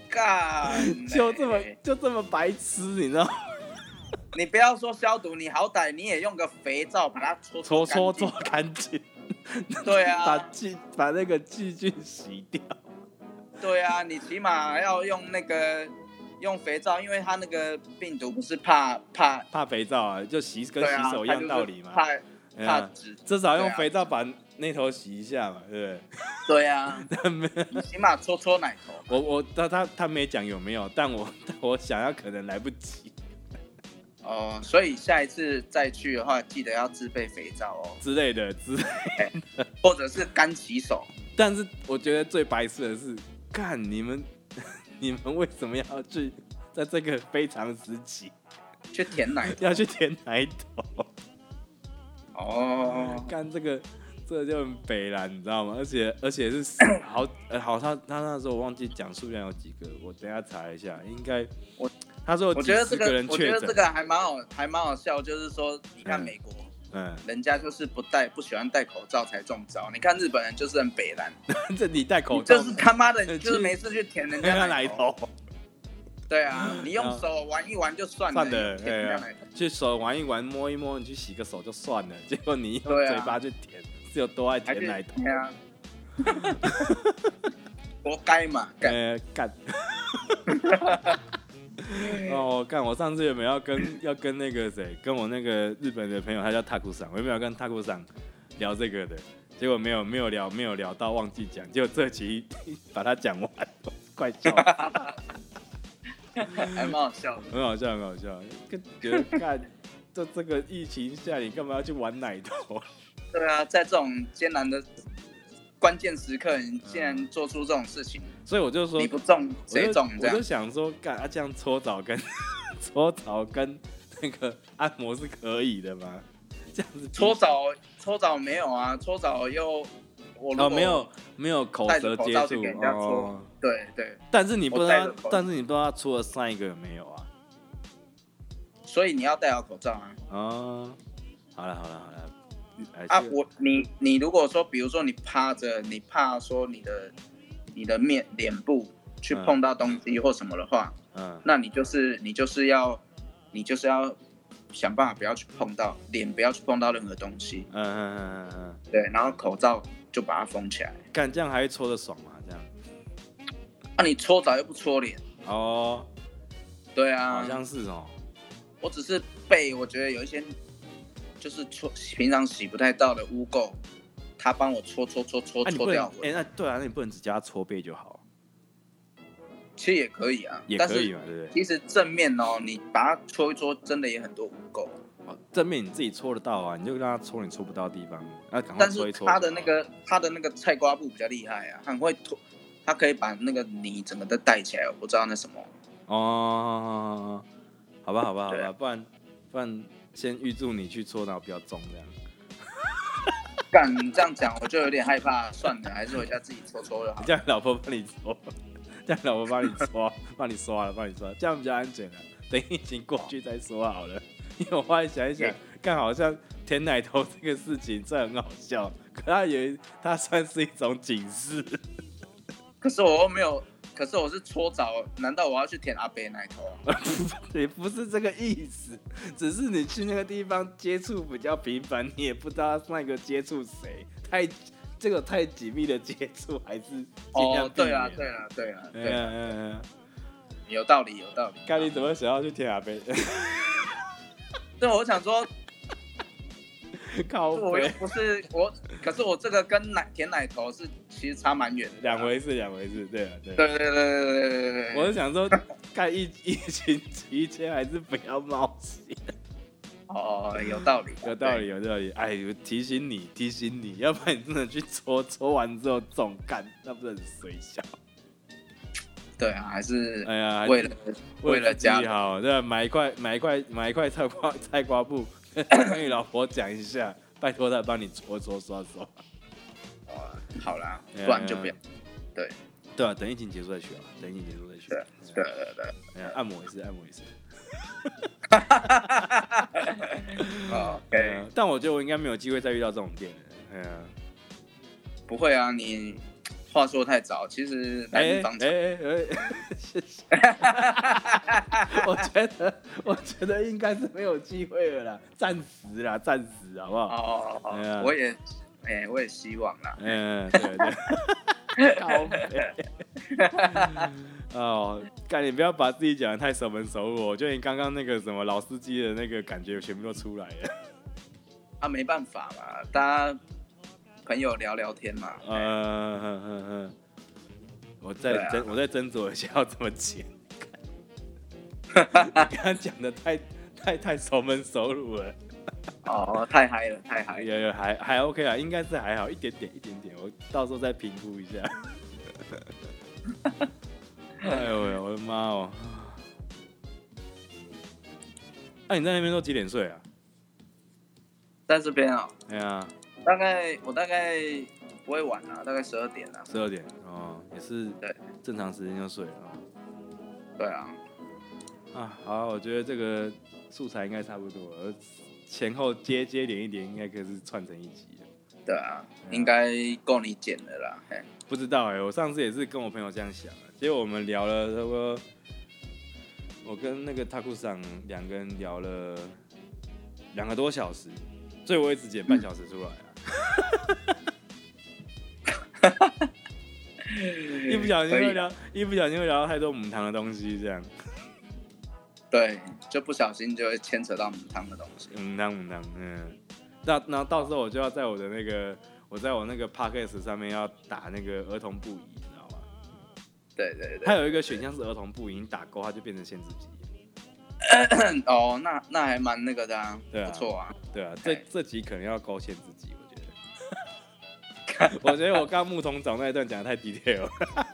[SPEAKER 2] 干，
[SPEAKER 1] 就这么就这么白痴，你知道吗？
[SPEAKER 2] 你不要说消毒，你好歹你也用个肥皂把它搓
[SPEAKER 1] 搓搓
[SPEAKER 2] 干净
[SPEAKER 1] 搓干净，
[SPEAKER 2] 对
[SPEAKER 1] 把
[SPEAKER 2] 啊，
[SPEAKER 1] 细把那个细菌洗掉。
[SPEAKER 2] 对啊，你起码要用那个用肥皂，因为它那个病毒不是怕怕，
[SPEAKER 1] 怕肥皂啊，就洗跟
[SPEAKER 2] 对
[SPEAKER 1] 洗
[SPEAKER 2] 啊，
[SPEAKER 1] 手一
[SPEAKER 2] 它就
[SPEAKER 1] 样
[SPEAKER 2] 是
[SPEAKER 1] 道理嘛。
[SPEAKER 2] 怕
[SPEAKER 1] 对
[SPEAKER 2] 怕
[SPEAKER 1] 啊，
[SPEAKER 2] 止，
[SPEAKER 1] 至少用
[SPEAKER 2] 对啊
[SPEAKER 1] 肥皂把那头洗一下嘛，对
[SPEAKER 2] 对啊，
[SPEAKER 1] 不对？没有
[SPEAKER 2] 你起码搓搓奶头。
[SPEAKER 1] 我我他他他没讲有没有，但我 但我想要可能来不及。
[SPEAKER 2] 哦，所以下一次再去的话，记得要自备肥皂哦，
[SPEAKER 1] 之类的之类。
[SPEAKER 2] 或者是干洗手。
[SPEAKER 1] 但是我觉得最白痴的是，看你们 你们为什么要去在这个非常时期
[SPEAKER 2] 去舔奶头
[SPEAKER 1] 要去舔奶头？
[SPEAKER 2] 哦，
[SPEAKER 1] 干这个这就很北了，你知道吗？而且而且是 好呃好，他他那时候我忘记讲数量有几个，我等一下查一下，应该
[SPEAKER 2] 我
[SPEAKER 1] 他说有
[SPEAKER 2] 我
[SPEAKER 1] 几
[SPEAKER 2] 觉得
[SPEAKER 1] 十
[SPEAKER 2] 这
[SPEAKER 1] 个
[SPEAKER 2] 个
[SPEAKER 1] 人，
[SPEAKER 2] 我觉
[SPEAKER 1] 确
[SPEAKER 2] 得这
[SPEAKER 1] 诊，
[SPEAKER 2] 个还蛮好，还蛮好笑。就是说，你看
[SPEAKER 1] 嗯
[SPEAKER 2] 美国、
[SPEAKER 1] 嗯，
[SPEAKER 2] 人家就是不戴，不喜欢戴口罩才中招。你看日本人就是很北蓝，
[SPEAKER 1] 这你戴口罩
[SPEAKER 2] 就，是他妈的，
[SPEAKER 1] 呃
[SPEAKER 2] 你就是
[SPEAKER 1] 去
[SPEAKER 2] 没事去舔人
[SPEAKER 1] 看
[SPEAKER 2] 家
[SPEAKER 1] 看 奶
[SPEAKER 2] 头。
[SPEAKER 1] 头，
[SPEAKER 2] 对啊，你
[SPEAKER 1] 啊
[SPEAKER 2] 用手玩一玩就算了，
[SPEAKER 1] 算了，
[SPEAKER 2] 你舔
[SPEAKER 1] 哎
[SPEAKER 2] 人家
[SPEAKER 1] 呀
[SPEAKER 2] 奶头。，
[SPEAKER 1] 去手玩一玩，摸一摸，你去洗个手就算了，结果你用
[SPEAKER 2] 对啊
[SPEAKER 1] 嘴巴去舔，是有多爱
[SPEAKER 2] 还
[SPEAKER 1] 舔
[SPEAKER 2] 是
[SPEAKER 1] 奶头？
[SPEAKER 2] 对啊， 活该嘛，干
[SPEAKER 1] 呃，干。 哦，干！我上次有没有要跟要跟那个谁，跟我那个日本的朋友，他叫塔库桑，我有没有跟塔库桑聊这个的？结果没有没有聊没有聊到，忘记讲。结果这集把它讲完，我快笑死，哎
[SPEAKER 2] 还蛮好笑的。
[SPEAKER 1] 很好笑很好笑。跟觉得干，这这个疫情下，你干嘛要去玩奶头？
[SPEAKER 2] 对啊，在这种艰难的关键时刻，你竟然做出这种事情，
[SPEAKER 1] 所以我就说
[SPEAKER 2] 你，不中
[SPEAKER 1] 我就
[SPEAKER 2] 谁中？
[SPEAKER 1] 我
[SPEAKER 2] 这样
[SPEAKER 1] 就想说，干啊，这样搓澡跟 搓澡跟那个 按摩是可以的吗？这样子比
[SPEAKER 2] 搓澡搓澡没有啊，搓澡又我如果
[SPEAKER 1] 哦，没有没有口
[SPEAKER 2] 戴
[SPEAKER 1] 舌
[SPEAKER 2] 着口
[SPEAKER 1] 接
[SPEAKER 2] 罩
[SPEAKER 1] 触
[SPEAKER 2] 去给人家搓
[SPEAKER 1] 哦，
[SPEAKER 2] 对对，
[SPEAKER 1] 但是你不知
[SPEAKER 2] 我戴
[SPEAKER 1] 道
[SPEAKER 2] 着口罩，
[SPEAKER 1] 但是你不知道他除了上一个有没有啊？
[SPEAKER 2] 所以你要戴好口罩啊
[SPEAKER 1] 哦，好了好了好了，哎
[SPEAKER 2] 啊
[SPEAKER 1] 这！个
[SPEAKER 2] 我你你如果说，比如说你趴着，你怕说你的你的面脸部去
[SPEAKER 1] 嗯
[SPEAKER 2] 碰到东西或什么的话，
[SPEAKER 1] 嗯
[SPEAKER 2] 那你就是你就是要你就是要想办法不要去碰到脸，不要去碰到任何东西，
[SPEAKER 1] 嗯嗯嗯嗯嗯，
[SPEAKER 2] 对，然后口罩就把它封起来。
[SPEAKER 1] 干这样还会搓的爽吗？这样
[SPEAKER 2] 那、啊你搓澡又不搓脸，
[SPEAKER 1] 哦，
[SPEAKER 2] 嗯对
[SPEAKER 1] 好
[SPEAKER 2] 啊，
[SPEAKER 1] 像是哦，
[SPEAKER 2] 我只是被我觉得有一些就是搓平常洗不太到的污垢，他帮我搓搓搓搓
[SPEAKER 1] 那你不
[SPEAKER 2] 搓
[SPEAKER 1] 能
[SPEAKER 2] 掉我，
[SPEAKER 1] 哎，那对啊，那你不能只叫他搓背就好，
[SPEAKER 2] 其实也可以啊，
[SPEAKER 1] 也
[SPEAKER 2] 但
[SPEAKER 1] 可以哦
[SPEAKER 2] 是
[SPEAKER 1] 嘛，对不对？
[SPEAKER 2] 其实正面哦，你把它搓一搓，真的也很多污垢，
[SPEAKER 1] 哦正面你自己搓得到啊，你就让他搓你搓不到的地方，那赶快
[SPEAKER 2] 但
[SPEAKER 1] 搓
[SPEAKER 2] 是
[SPEAKER 1] 一搓。
[SPEAKER 2] 他的那，个他的那个菜瓜布比较厉害啊，他很会搓，他可以把那个泥整个都带起来，我不知道那什么。
[SPEAKER 1] 哦，好吧好吧好
[SPEAKER 2] 对
[SPEAKER 1] 吧，
[SPEAKER 2] 啊
[SPEAKER 1] 不然不然先预祝你去搓，然后不要中这样。
[SPEAKER 2] 干你这样讲，我就有点害怕，算了，还是回家自己搓搓就好。
[SPEAKER 1] 这样老婆帮你搓，这样老婆帮你搓， 帮你刷了，帮你刷，这样比较安全了、等疫情过去再说好了。因为我后来想一想
[SPEAKER 2] 对，
[SPEAKER 1] 看好像舔奶头这个事情真的很好笑，可它也它算是一种警示。
[SPEAKER 2] 可是我又没有，可是我是搓澡，难道我要去舔阿贝奶头啊？
[SPEAKER 1] 也不是这个意思，只是你去那个地方接触比较频繁，你也不知道那个接触谁，太这个太紧密的接触还是尽量
[SPEAKER 2] 哦，
[SPEAKER 1] 避免。
[SPEAKER 2] 对啊，对啊，对啊，
[SPEAKER 1] 哎呀，
[SPEAKER 2] 对，
[SPEAKER 1] 哎呀哎呀
[SPEAKER 2] 有道理，有道理。
[SPEAKER 1] 看你怎么想要去舔阿贝，
[SPEAKER 2] 对，我想说，
[SPEAKER 1] 靠
[SPEAKER 2] 我又
[SPEAKER 1] 背。
[SPEAKER 2] 不是我，可是我这个跟奶舔奶头是其实差蛮远的。
[SPEAKER 1] 两。回事，两回事，对啊，对啊。
[SPEAKER 2] 对对对对对对对
[SPEAKER 1] 我
[SPEAKER 2] 对。
[SPEAKER 1] 是想说，看疫疫情期间还是不要冒险，
[SPEAKER 2] 哦，有道理，
[SPEAKER 1] 有道理，有道理。哎，我提醒你，提醒你，要不然你真的去搓搓完之后中干，那不是很水小？
[SPEAKER 2] 对。对啊，还是
[SPEAKER 1] 哎呀，还是
[SPEAKER 2] 为了为了家
[SPEAKER 1] 自己好，对啊，买一块买一块买一块菜瓜 菜瓜 布，跟你老婆讲一下，拜托她帮你搓搓刷刷。
[SPEAKER 2] 哦好啦，
[SPEAKER 1] 哎呀
[SPEAKER 2] 不然就不要。对
[SPEAKER 1] 对啊，等疫情结束再去啊，等疫情结束再去。
[SPEAKER 2] 对对对。
[SPEAKER 1] 哎呀，按摩也是，按摩也是。
[SPEAKER 2] 哦
[SPEAKER 1] 对啊
[SPEAKER 2] OK，
[SPEAKER 1] 但我觉得我应该没有机会再遇到这种店了。哎呀。
[SPEAKER 2] 不会啊，你话说太早，其实来
[SPEAKER 1] 哎
[SPEAKER 2] 日方长。
[SPEAKER 1] 哎哎哎， 谢 谢。我觉得，我觉得应该是没有机会了啦，暂时啦，暂时好不好？
[SPEAKER 2] 哦，哦
[SPEAKER 1] 哎呀
[SPEAKER 2] 哦，我也，哎、我也希望啦。
[SPEAKER 1] 嗯，对对。 高 哦，干你不要把自己讲的太熟门熟路哦，我觉得你刚刚那个什么老司机的那个感觉全部都出来 了。
[SPEAKER 2] 啊，没办法嘛，大家朋友聊聊天嘛。
[SPEAKER 1] 嗯嗯嗯嗯嗯，我再
[SPEAKER 2] 对啊
[SPEAKER 1] 斟、我再斟酌一下要怎么 剪。你刚刚讲的太太太熟门熟路了。
[SPEAKER 2] 哦，太嗨了，太嗨了。
[SPEAKER 1] 有有还还 OK 啊，应该是还好一点点一点点，我到时候再评估一下。哎呦喂，我的妈哦！那、哎你在那边都几点睡啊？
[SPEAKER 2] 在这边啊、
[SPEAKER 1] 哎呀，
[SPEAKER 2] 大概我大概不会晚啊，大概十二点啊。
[SPEAKER 1] 十二点哦，也是
[SPEAKER 2] 对
[SPEAKER 1] 正常时间就睡了
[SPEAKER 2] 对啊，
[SPEAKER 1] 哦啊。好啊我觉得这个素材应该差不多了，前后接接连一点，应该可以是串成一集了。
[SPEAKER 2] 对啊，应该够你剪的啦。嘿，
[SPEAKER 1] 不知道哎、我上次也是跟我朋友这样想的，结果我们聊了差不多，我跟那个 Taku 上两个人聊了两个多小时，所以我也只剪半小时出来啊，一不小心
[SPEAKER 2] 可
[SPEAKER 1] 会
[SPEAKER 2] 以啊
[SPEAKER 1] 聊，一不小心会聊到太多母汤的东西，这样
[SPEAKER 2] 对，就不小心就会牵扯到米汤的东西。
[SPEAKER 1] 母汤母汤，嗯，那那到时候我就要在我的那个我在我那个 Podcast 上面要打那个儿童不宜，你知道吗？
[SPEAKER 2] 对对对
[SPEAKER 1] 它，有一个选项是儿童不宜，你打勾它就变成限制级。
[SPEAKER 2] 哦，那那还蛮那个的啊，
[SPEAKER 1] 对啊
[SPEAKER 2] 不错啊。
[SPEAKER 1] 对啊，这
[SPEAKER 2] 哎
[SPEAKER 1] 这集可能要勾限自己，我觉得。 我觉得我刚木桶长那一段讲的太 detail 了。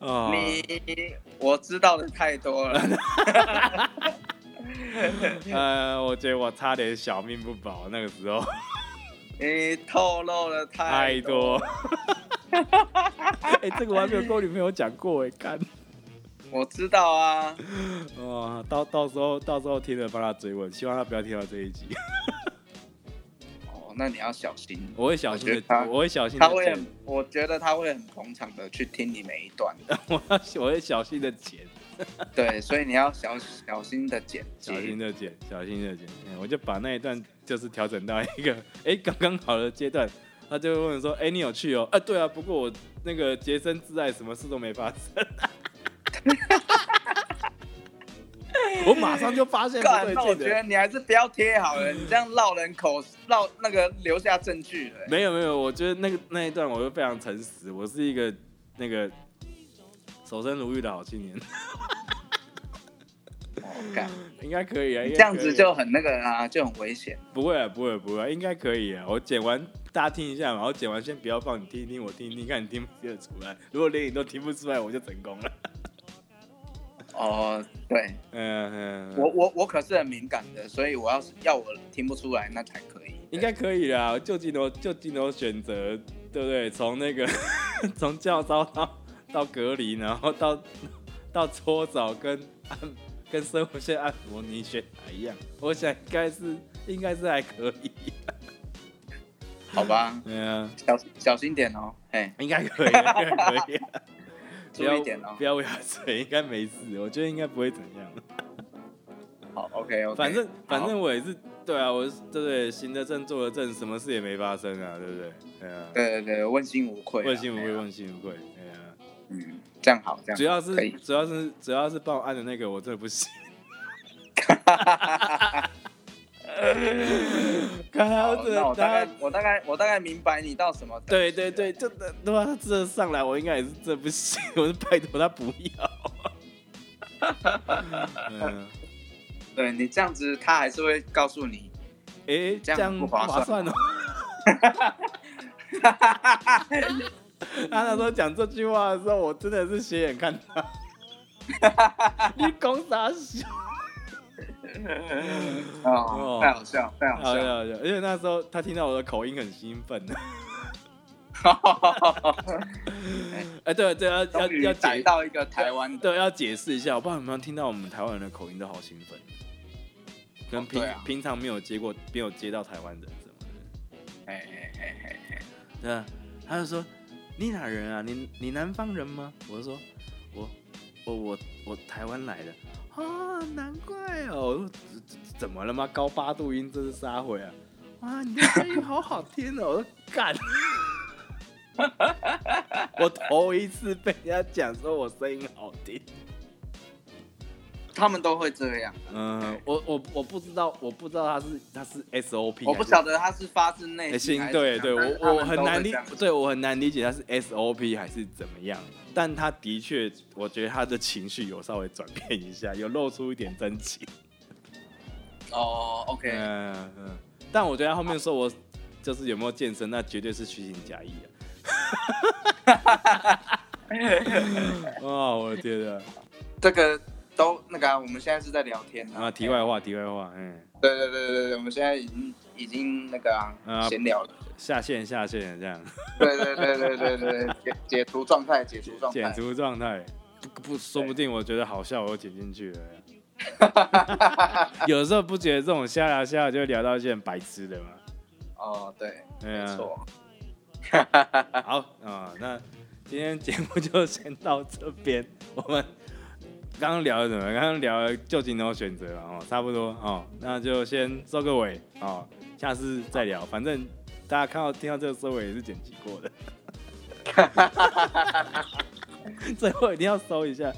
[SPEAKER 1] 啊
[SPEAKER 2] 你我知道的太多 了，
[SPEAKER 1] 呃，我觉得我差点小命不保，那个时候
[SPEAKER 2] 你透露了太
[SPEAKER 1] 太
[SPEAKER 2] 多。
[SPEAKER 1] 多。 哎、这个我还没有跟我女朋友讲过哎，干
[SPEAKER 2] 我知道啊，
[SPEAKER 1] 哦，到到时候到时候听了帮她追问，希望她不要听到这一集，
[SPEAKER 2] 哦，那你要小心。
[SPEAKER 1] 我会小心
[SPEAKER 2] 我觉得她
[SPEAKER 1] 的，我会小心的
[SPEAKER 2] 他，会很，我觉得他会很捧场的去听你每一 段，
[SPEAKER 1] 我要我会小心的剪，
[SPEAKER 2] 对，所以你要小小心的剪
[SPEAKER 1] 小
[SPEAKER 2] 辑
[SPEAKER 1] 心。的剪，小心的剪，哎我就把那一段就是调整到一个 哎刚刚好的阶段，他就会问说，哎、你有去哦？啊，对啊，不过我那个洁身自爱，什么事都没发生。 我马上就发现不
[SPEAKER 2] 干
[SPEAKER 1] 对
[SPEAKER 2] 那我
[SPEAKER 1] 劲
[SPEAKER 2] 觉
[SPEAKER 1] 的
[SPEAKER 2] 得。你还是不要贴好了，你这样绕人口，绕那个留下证 据了、
[SPEAKER 1] 没有没有，我觉得那个那一段我就非常诚实，我是一个那个守身如玉的好青年，
[SPEAKER 2] 哦，干，
[SPEAKER 1] 应该可以啊。应
[SPEAKER 2] 你
[SPEAKER 1] 该
[SPEAKER 2] 这样
[SPEAKER 1] 哎可
[SPEAKER 2] 子
[SPEAKER 1] 以
[SPEAKER 2] 就很那个啊，就很危险。
[SPEAKER 1] 不会啊，不会不会啊，应该可以啊。我剪完大家听一下嘛，我剪完先不要放，你听一听，我听一听，看你听不听得出来。如果连你都听不出来，我就成功了。
[SPEAKER 2] 哦，对
[SPEAKER 1] 嗯嗯，
[SPEAKER 2] 我我我可是很敏感的，所以我要是要我听不出来那才可以。
[SPEAKER 1] 应该可以啦。就近头就近头选择，对不对？从那个 从教招到到隔离，然后到 到搓澡跟 按跟生活线按摩，你选哪一样？我想应该是应该是还可 以。
[SPEAKER 2] 好吧，
[SPEAKER 1] 对啊，
[SPEAKER 2] 小小心点哦，哎，
[SPEAKER 1] 应该可以，应该可以。不
[SPEAKER 2] 注
[SPEAKER 1] 要
[SPEAKER 2] 意点哦
[SPEAKER 1] 不。要为他 吹，应该没事，我觉得应该不会怎样。
[SPEAKER 2] 好，OK OK。
[SPEAKER 1] 反正反正我也是，对啊，我是对对，行得正坐得正，什么事也没发生啊，对不对？对啊，
[SPEAKER 2] 对对对，问心无愧啊，
[SPEAKER 1] 问心无愧，
[SPEAKER 2] 哎呀，
[SPEAKER 1] 问心无愧。哎呀，
[SPEAKER 2] 嗯，这样好，这样好
[SPEAKER 1] 主要
[SPEAKER 2] 可
[SPEAKER 1] 是
[SPEAKER 2] 以。
[SPEAKER 1] 主要是主要是帮我按的那个，我真的不 行。看他
[SPEAKER 2] 好
[SPEAKER 1] 真
[SPEAKER 2] 那我
[SPEAKER 1] 的，
[SPEAKER 2] 大
[SPEAKER 1] 他
[SPEAKER 2] 概我大概我大概明白你到什么。
[SPEAKER 1] 对对对，，就对吧？他真的上来，我应该也是真的不行，我是拜托他不要。嗯、
[SPEAKER 2] 对你这样子，他还是会告诉你，
[SPEAKER 1] 哎、
[SPEAKER 2] 这样不
[SPEAKER 1] 不
[SPEAKER 2] 划
[SPEAKER 1] 划
[SPEAKER 2] 算
[SPEAKER 1] 算哦。他那时候讲这句话的时候，我真的是斜眼看他。你讲啥笑？哦，
[SPEAKER 2] 哦太好笑，太好
[SPEAKER 1] 好笑
[SPEAKER 2] 笑。
[SPEAKER 1] 好笑，而且那时候他听到我的口音很兴奋。 哎、对对，要要
[SPEAKER 2] 终于
[SPEAKER 1] 要
[SPEAKER 2] 逮
[SPEAKER 1] 解
[SPEAKER 2] 到一个台湾的，
[SPEAKER 1] 对要解释一下，我不知道有没有听到我们台湾人的口音都好兴奋，跟
[SPEAKER 2] 哦
[SPEAKER 1] 平、
[SPEAKER 2] 对啊
[SPEAKER 1] 平常没有接过没有接到台湾人什么的。
[SPEAKER 2] 哎哎哎哎，
[SPEAKER 1] 对啊，他就说你哪人啊？你你南方人吗？我就说我我我我台湾来的啊，难怪哦。我说怎怎怎么了吗？高八度音这是啥回啊？哇，你的声音好好听哦！我说干， 我头一次被人家讲说我声音好听。
[SPEAKER 2] 他们都会这样，
[SPEAKER 1] 嗯，我我我不知道，我不知道他是他是 SOP，
[SPEAKER 2] 我不
[SPEAKER 1] 还是
[SPEAKER 2] 晓得他是发自内
[SPEAKER 1] 哎，
[SPEAKER 2] 心
[SPEAKER 1] 心
[SPEAKER 2] 还是怎
[SPEAKER 1] 对
[SPEAKER 2] 样。
[SPEAKER 1] 对，
[SPEAKER 2] 但是
[SPEAKER 1] 我我
[SPEAKER 2] 他们
[SPEAKER 1] 很难
[SPEAKER 2] 都会
[SPEAKER 1] 理
[SPEAKER 2] 这样，
[SPEAKER 1] 对我很难理解他是 SOP 还是怎么样，但他的确，我觉得他的情绪有稍微转变一下，有露出一点真情。
[SPEAKER 2] 哦，OK，
[SPEAKER 1] 嗯嗯，但我觉得他后面说我就是有没有健身，那绝对是虚情假意啊。 哦，我的天啊！
[SPEAKER 2] 这个都那个啊，我们现在是在聊天
[SPEAKER 1] 啊，题外话，题外话，嗯，
[SPEAKER 2] 对对对对对，我们现在已经已经那个啊
[SPEAKER 1] 啊
[SPEAKER 2] 闲聊了。
[SPEAKER 1] 下线下线这样，
[SPEAKER 2] 对对对对对对对，解解除状态，解除状
[SPEAKER 1] 减
[SPEAKER 2] 态。
[SPEAKER 1] 除状态，不不，说不定我觉得好笑，我又剪进去了。 有时候不觉得这种瞎聊瞎聊就会聊到一些很白痴的嘛。
[SPEAKER 2] 哦，对，
[SPEAKER 1] 对
[SPEAKER 2] 没
[SPEAKER 1] 啊，
[SPEAKER 2] 错。
[SPEAKER 1] 好啊、那今天节目就先到这边。我们刚刚聊了什么？ 刚刚聊了旧金头选择了哦，差不多哦，那就先收个尾哦，下次再聊。反正大家看到听到这个收尾也是剪辑过的， 最后一定要收一下。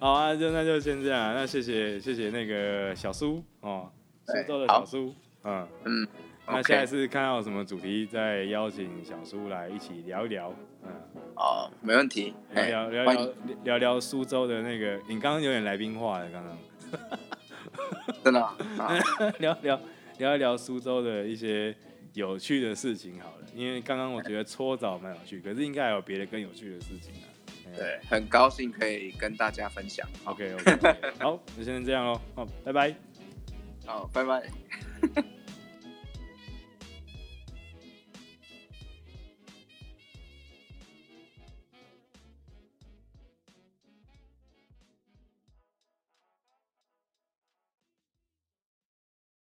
[SPEAKER 1] 好啊，就那就先这样啊，那谢谢谢谢那个小苏哦，苏
[SPEAKER 2] 对
[SPEAKER 1] 州的
[SPEAKER 2] 好
[SPEAKER 1] 小苏，嗯。
[SPEAKER 2] 嗯，
[SPEAKER 1] 那
[SPEAKER 2] OK
[SPEAKER 1] 下一次看到有什么主题，再邀请小苏来一起聊一聊，嗯，
[SPEAKER 2] 哦，没问题。哎，
[SPEAKER 1] 聊聊
[SPEAKER 2] 欢
[SPEAKER 1] 聊
[SPEAKER 2] 迎
[SPEAKER 1] 聊聊聊苏州的那个，你刚刚有点来宾化了，刚刚
[SPEAKER 2] 真的啊，啊
[SPEAKER 1] 聊聊聊一聊苏州的一些有趣的事情好了，因为刚刚我觉得搓澡蛮有趣，可是应该还有别的更有趣的事情啊。
[SPEAKER 2] 对，很高兴可以跟大家分享。
[SPEAKER 1] ，OK OK，好，那先这样喽，好，拜拜。
[SPEAKER 2] 哦好，拜拜。